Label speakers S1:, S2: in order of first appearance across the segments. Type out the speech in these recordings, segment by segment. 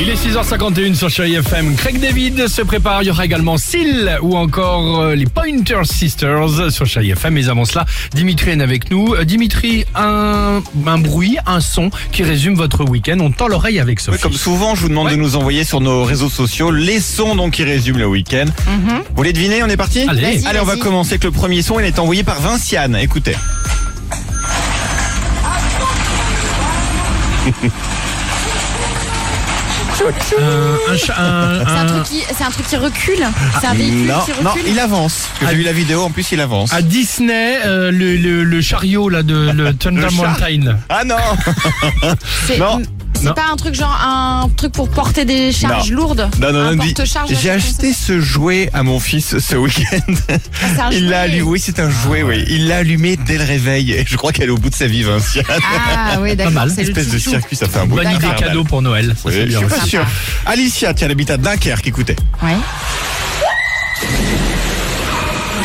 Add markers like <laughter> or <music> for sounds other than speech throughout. S1: 6h51 sur Chérie FM, Craig David se prépare. Il y aura également Seal ou encore euh, les Pointer Sisters sur Chérie FM. Mais avant cela, Dimitri est avec nous. Euh, Dimitri, un, un bruit, un son qui résume votre week-end. On tend l'oreille avec
S2: Oui,
S1: Sophie.
S2: comme souvent, je vous demande de nous envoyer sur nos réseaux sociaux les sons donc qui résument le week-end. Vous voulez deviner On est parti
S1: Allez. Vas-y,
S2: on va
S3: Mhm. vas-y.
S2: commencer avec le premier son. Il est envoyé par Vinciane. Écoutez.
S1: Euh, un cha- un-
S3: C'est un,
S1: un-
S3: truc qui, c'est un truc qui recule. C'est un véhicule
S2: Ah. non,
S3: qui recule.
S2: non, il avance. Parce que J'ai vu la vidéo, en plus il avance.
S1: à Disney, euh, le, le- le chariot là de le Thunder
S2: Le char-
S1: Mountain.
S2: Ah non
S3: C'est,
S2: non.
S3: c'est
S1: Non.
S3: pas un truc genre un truc pour porter des charges
S2: Non.
S3: lourdes.
S2: <laughs> Non, non,
S3: un
S2: non, dis-
S3: porte-charge.
S2: J'ai
S3: un truc
S2: acheté ce jouet à mon fils ce week-end.
S3: comme ça. Ah, c'est
S2: <laughs>
S3: un
S2: Il
S3: jouet.
S2: l'a allumé. Oui, c'est un jouet, oui. Il l'a allumé dès le réveil. Et je crois qu'elle est au bout de sa vie, Vinciane.
S3: Ah oui, d'accord.
S1: Pas mal.
S3: c'est le
S2: Espèce de
S3: chouchou.
S2: circuit, ça fait un beau
S1: Bonne idée
S2: carnaval.
S1: cadeau pour Noël. Ça,
S2: Oui,
S1: c'est
S2: je
S1: bien
S2: suis
S1: aussi.
S2: pas
S3: aussi.
S2: sûr. Alicia, tiens, elle habite à Dunkerque, écoutez.
S3: Ouais.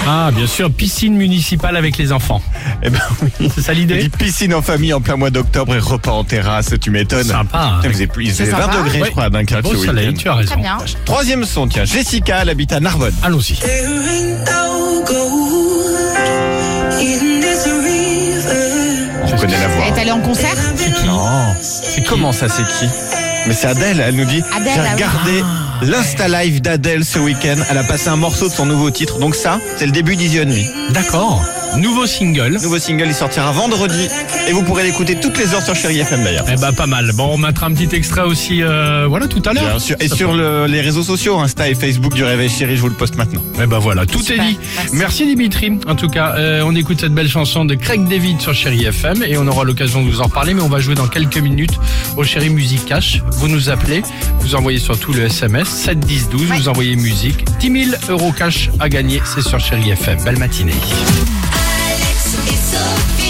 S1: Ah, bien sûr, piscine municipale avec les enfants.
S2: Eh ben oui.
S1: C'est ça
S2: Elle dit
S1: l'idée
S2: piscine en famille en plein mois d'octobre et repas en terrasse, tu m'étonnes.
S1: Sympa. hein.
S2: Putain, Il faisait, plus- il
S3: C'est
S2: faisait 20
S3: sympa.
S2: degrés, je
S1: Ouais.
S2: crois, à Dunkerque
S1: Beau
S2: ce
S1: soleil,
S2: week-end.
S1: tu as raison.
S3: Très bien.
S2: Troisième son, tiens, Jessica, elle habite à Narbonne.
S1: Allons-y.
S4: Tearing out gold in this river.
S2: On connaît la voix.
S3: Elle est allée en concert
S2: Non.
S4: C'est
S2: Comment ça, c'est qui Mais c'est Adèle, elle nous dit
S3: Adèle,
S2: J'ai
S3: ah oui.
S2: regardé l'Insta Live d'Adèle ce week-end. Elle a passé un morceau de son nouveau titre. Donc, ça, c'est le début d'Easy on Me.
S1: D'accord. Nouveau single.
S2: Nouveau single, il sortira vendredi. Et vous pourrez l'écouter toutes les heures sur Chéri FM d'ailleurs.
S1: Eh bah pas mal. Bon, on mettra un petit extrait aussi, euh, voilà, tout à
S2: Bien
S1: l'heure.
S2: sûr. Et sur le- les réseaux sociaux, Insta et Facebook du Réveil Chéri, je vous le poste maintenant.
S1: Eh bah voilà, tout
S3: Super.
S1: est dit.
S3: Merci.
S1: Merci Dimitri. En tout cas, euh, on écoute cette belle chanson de Craig David sur Chéri FM et on aura l'occasion de vous en reparler, mais on va jouer dans quelques minutes au Chéri Musique Cash. Vous nous appelez, vous envoyez surtout le SMS 7 10 12, vous envoyez musique, 10 000 euros cash à gagner, c'est sur Chéri FM. Belle matinée.
S4: Alex et Sophie.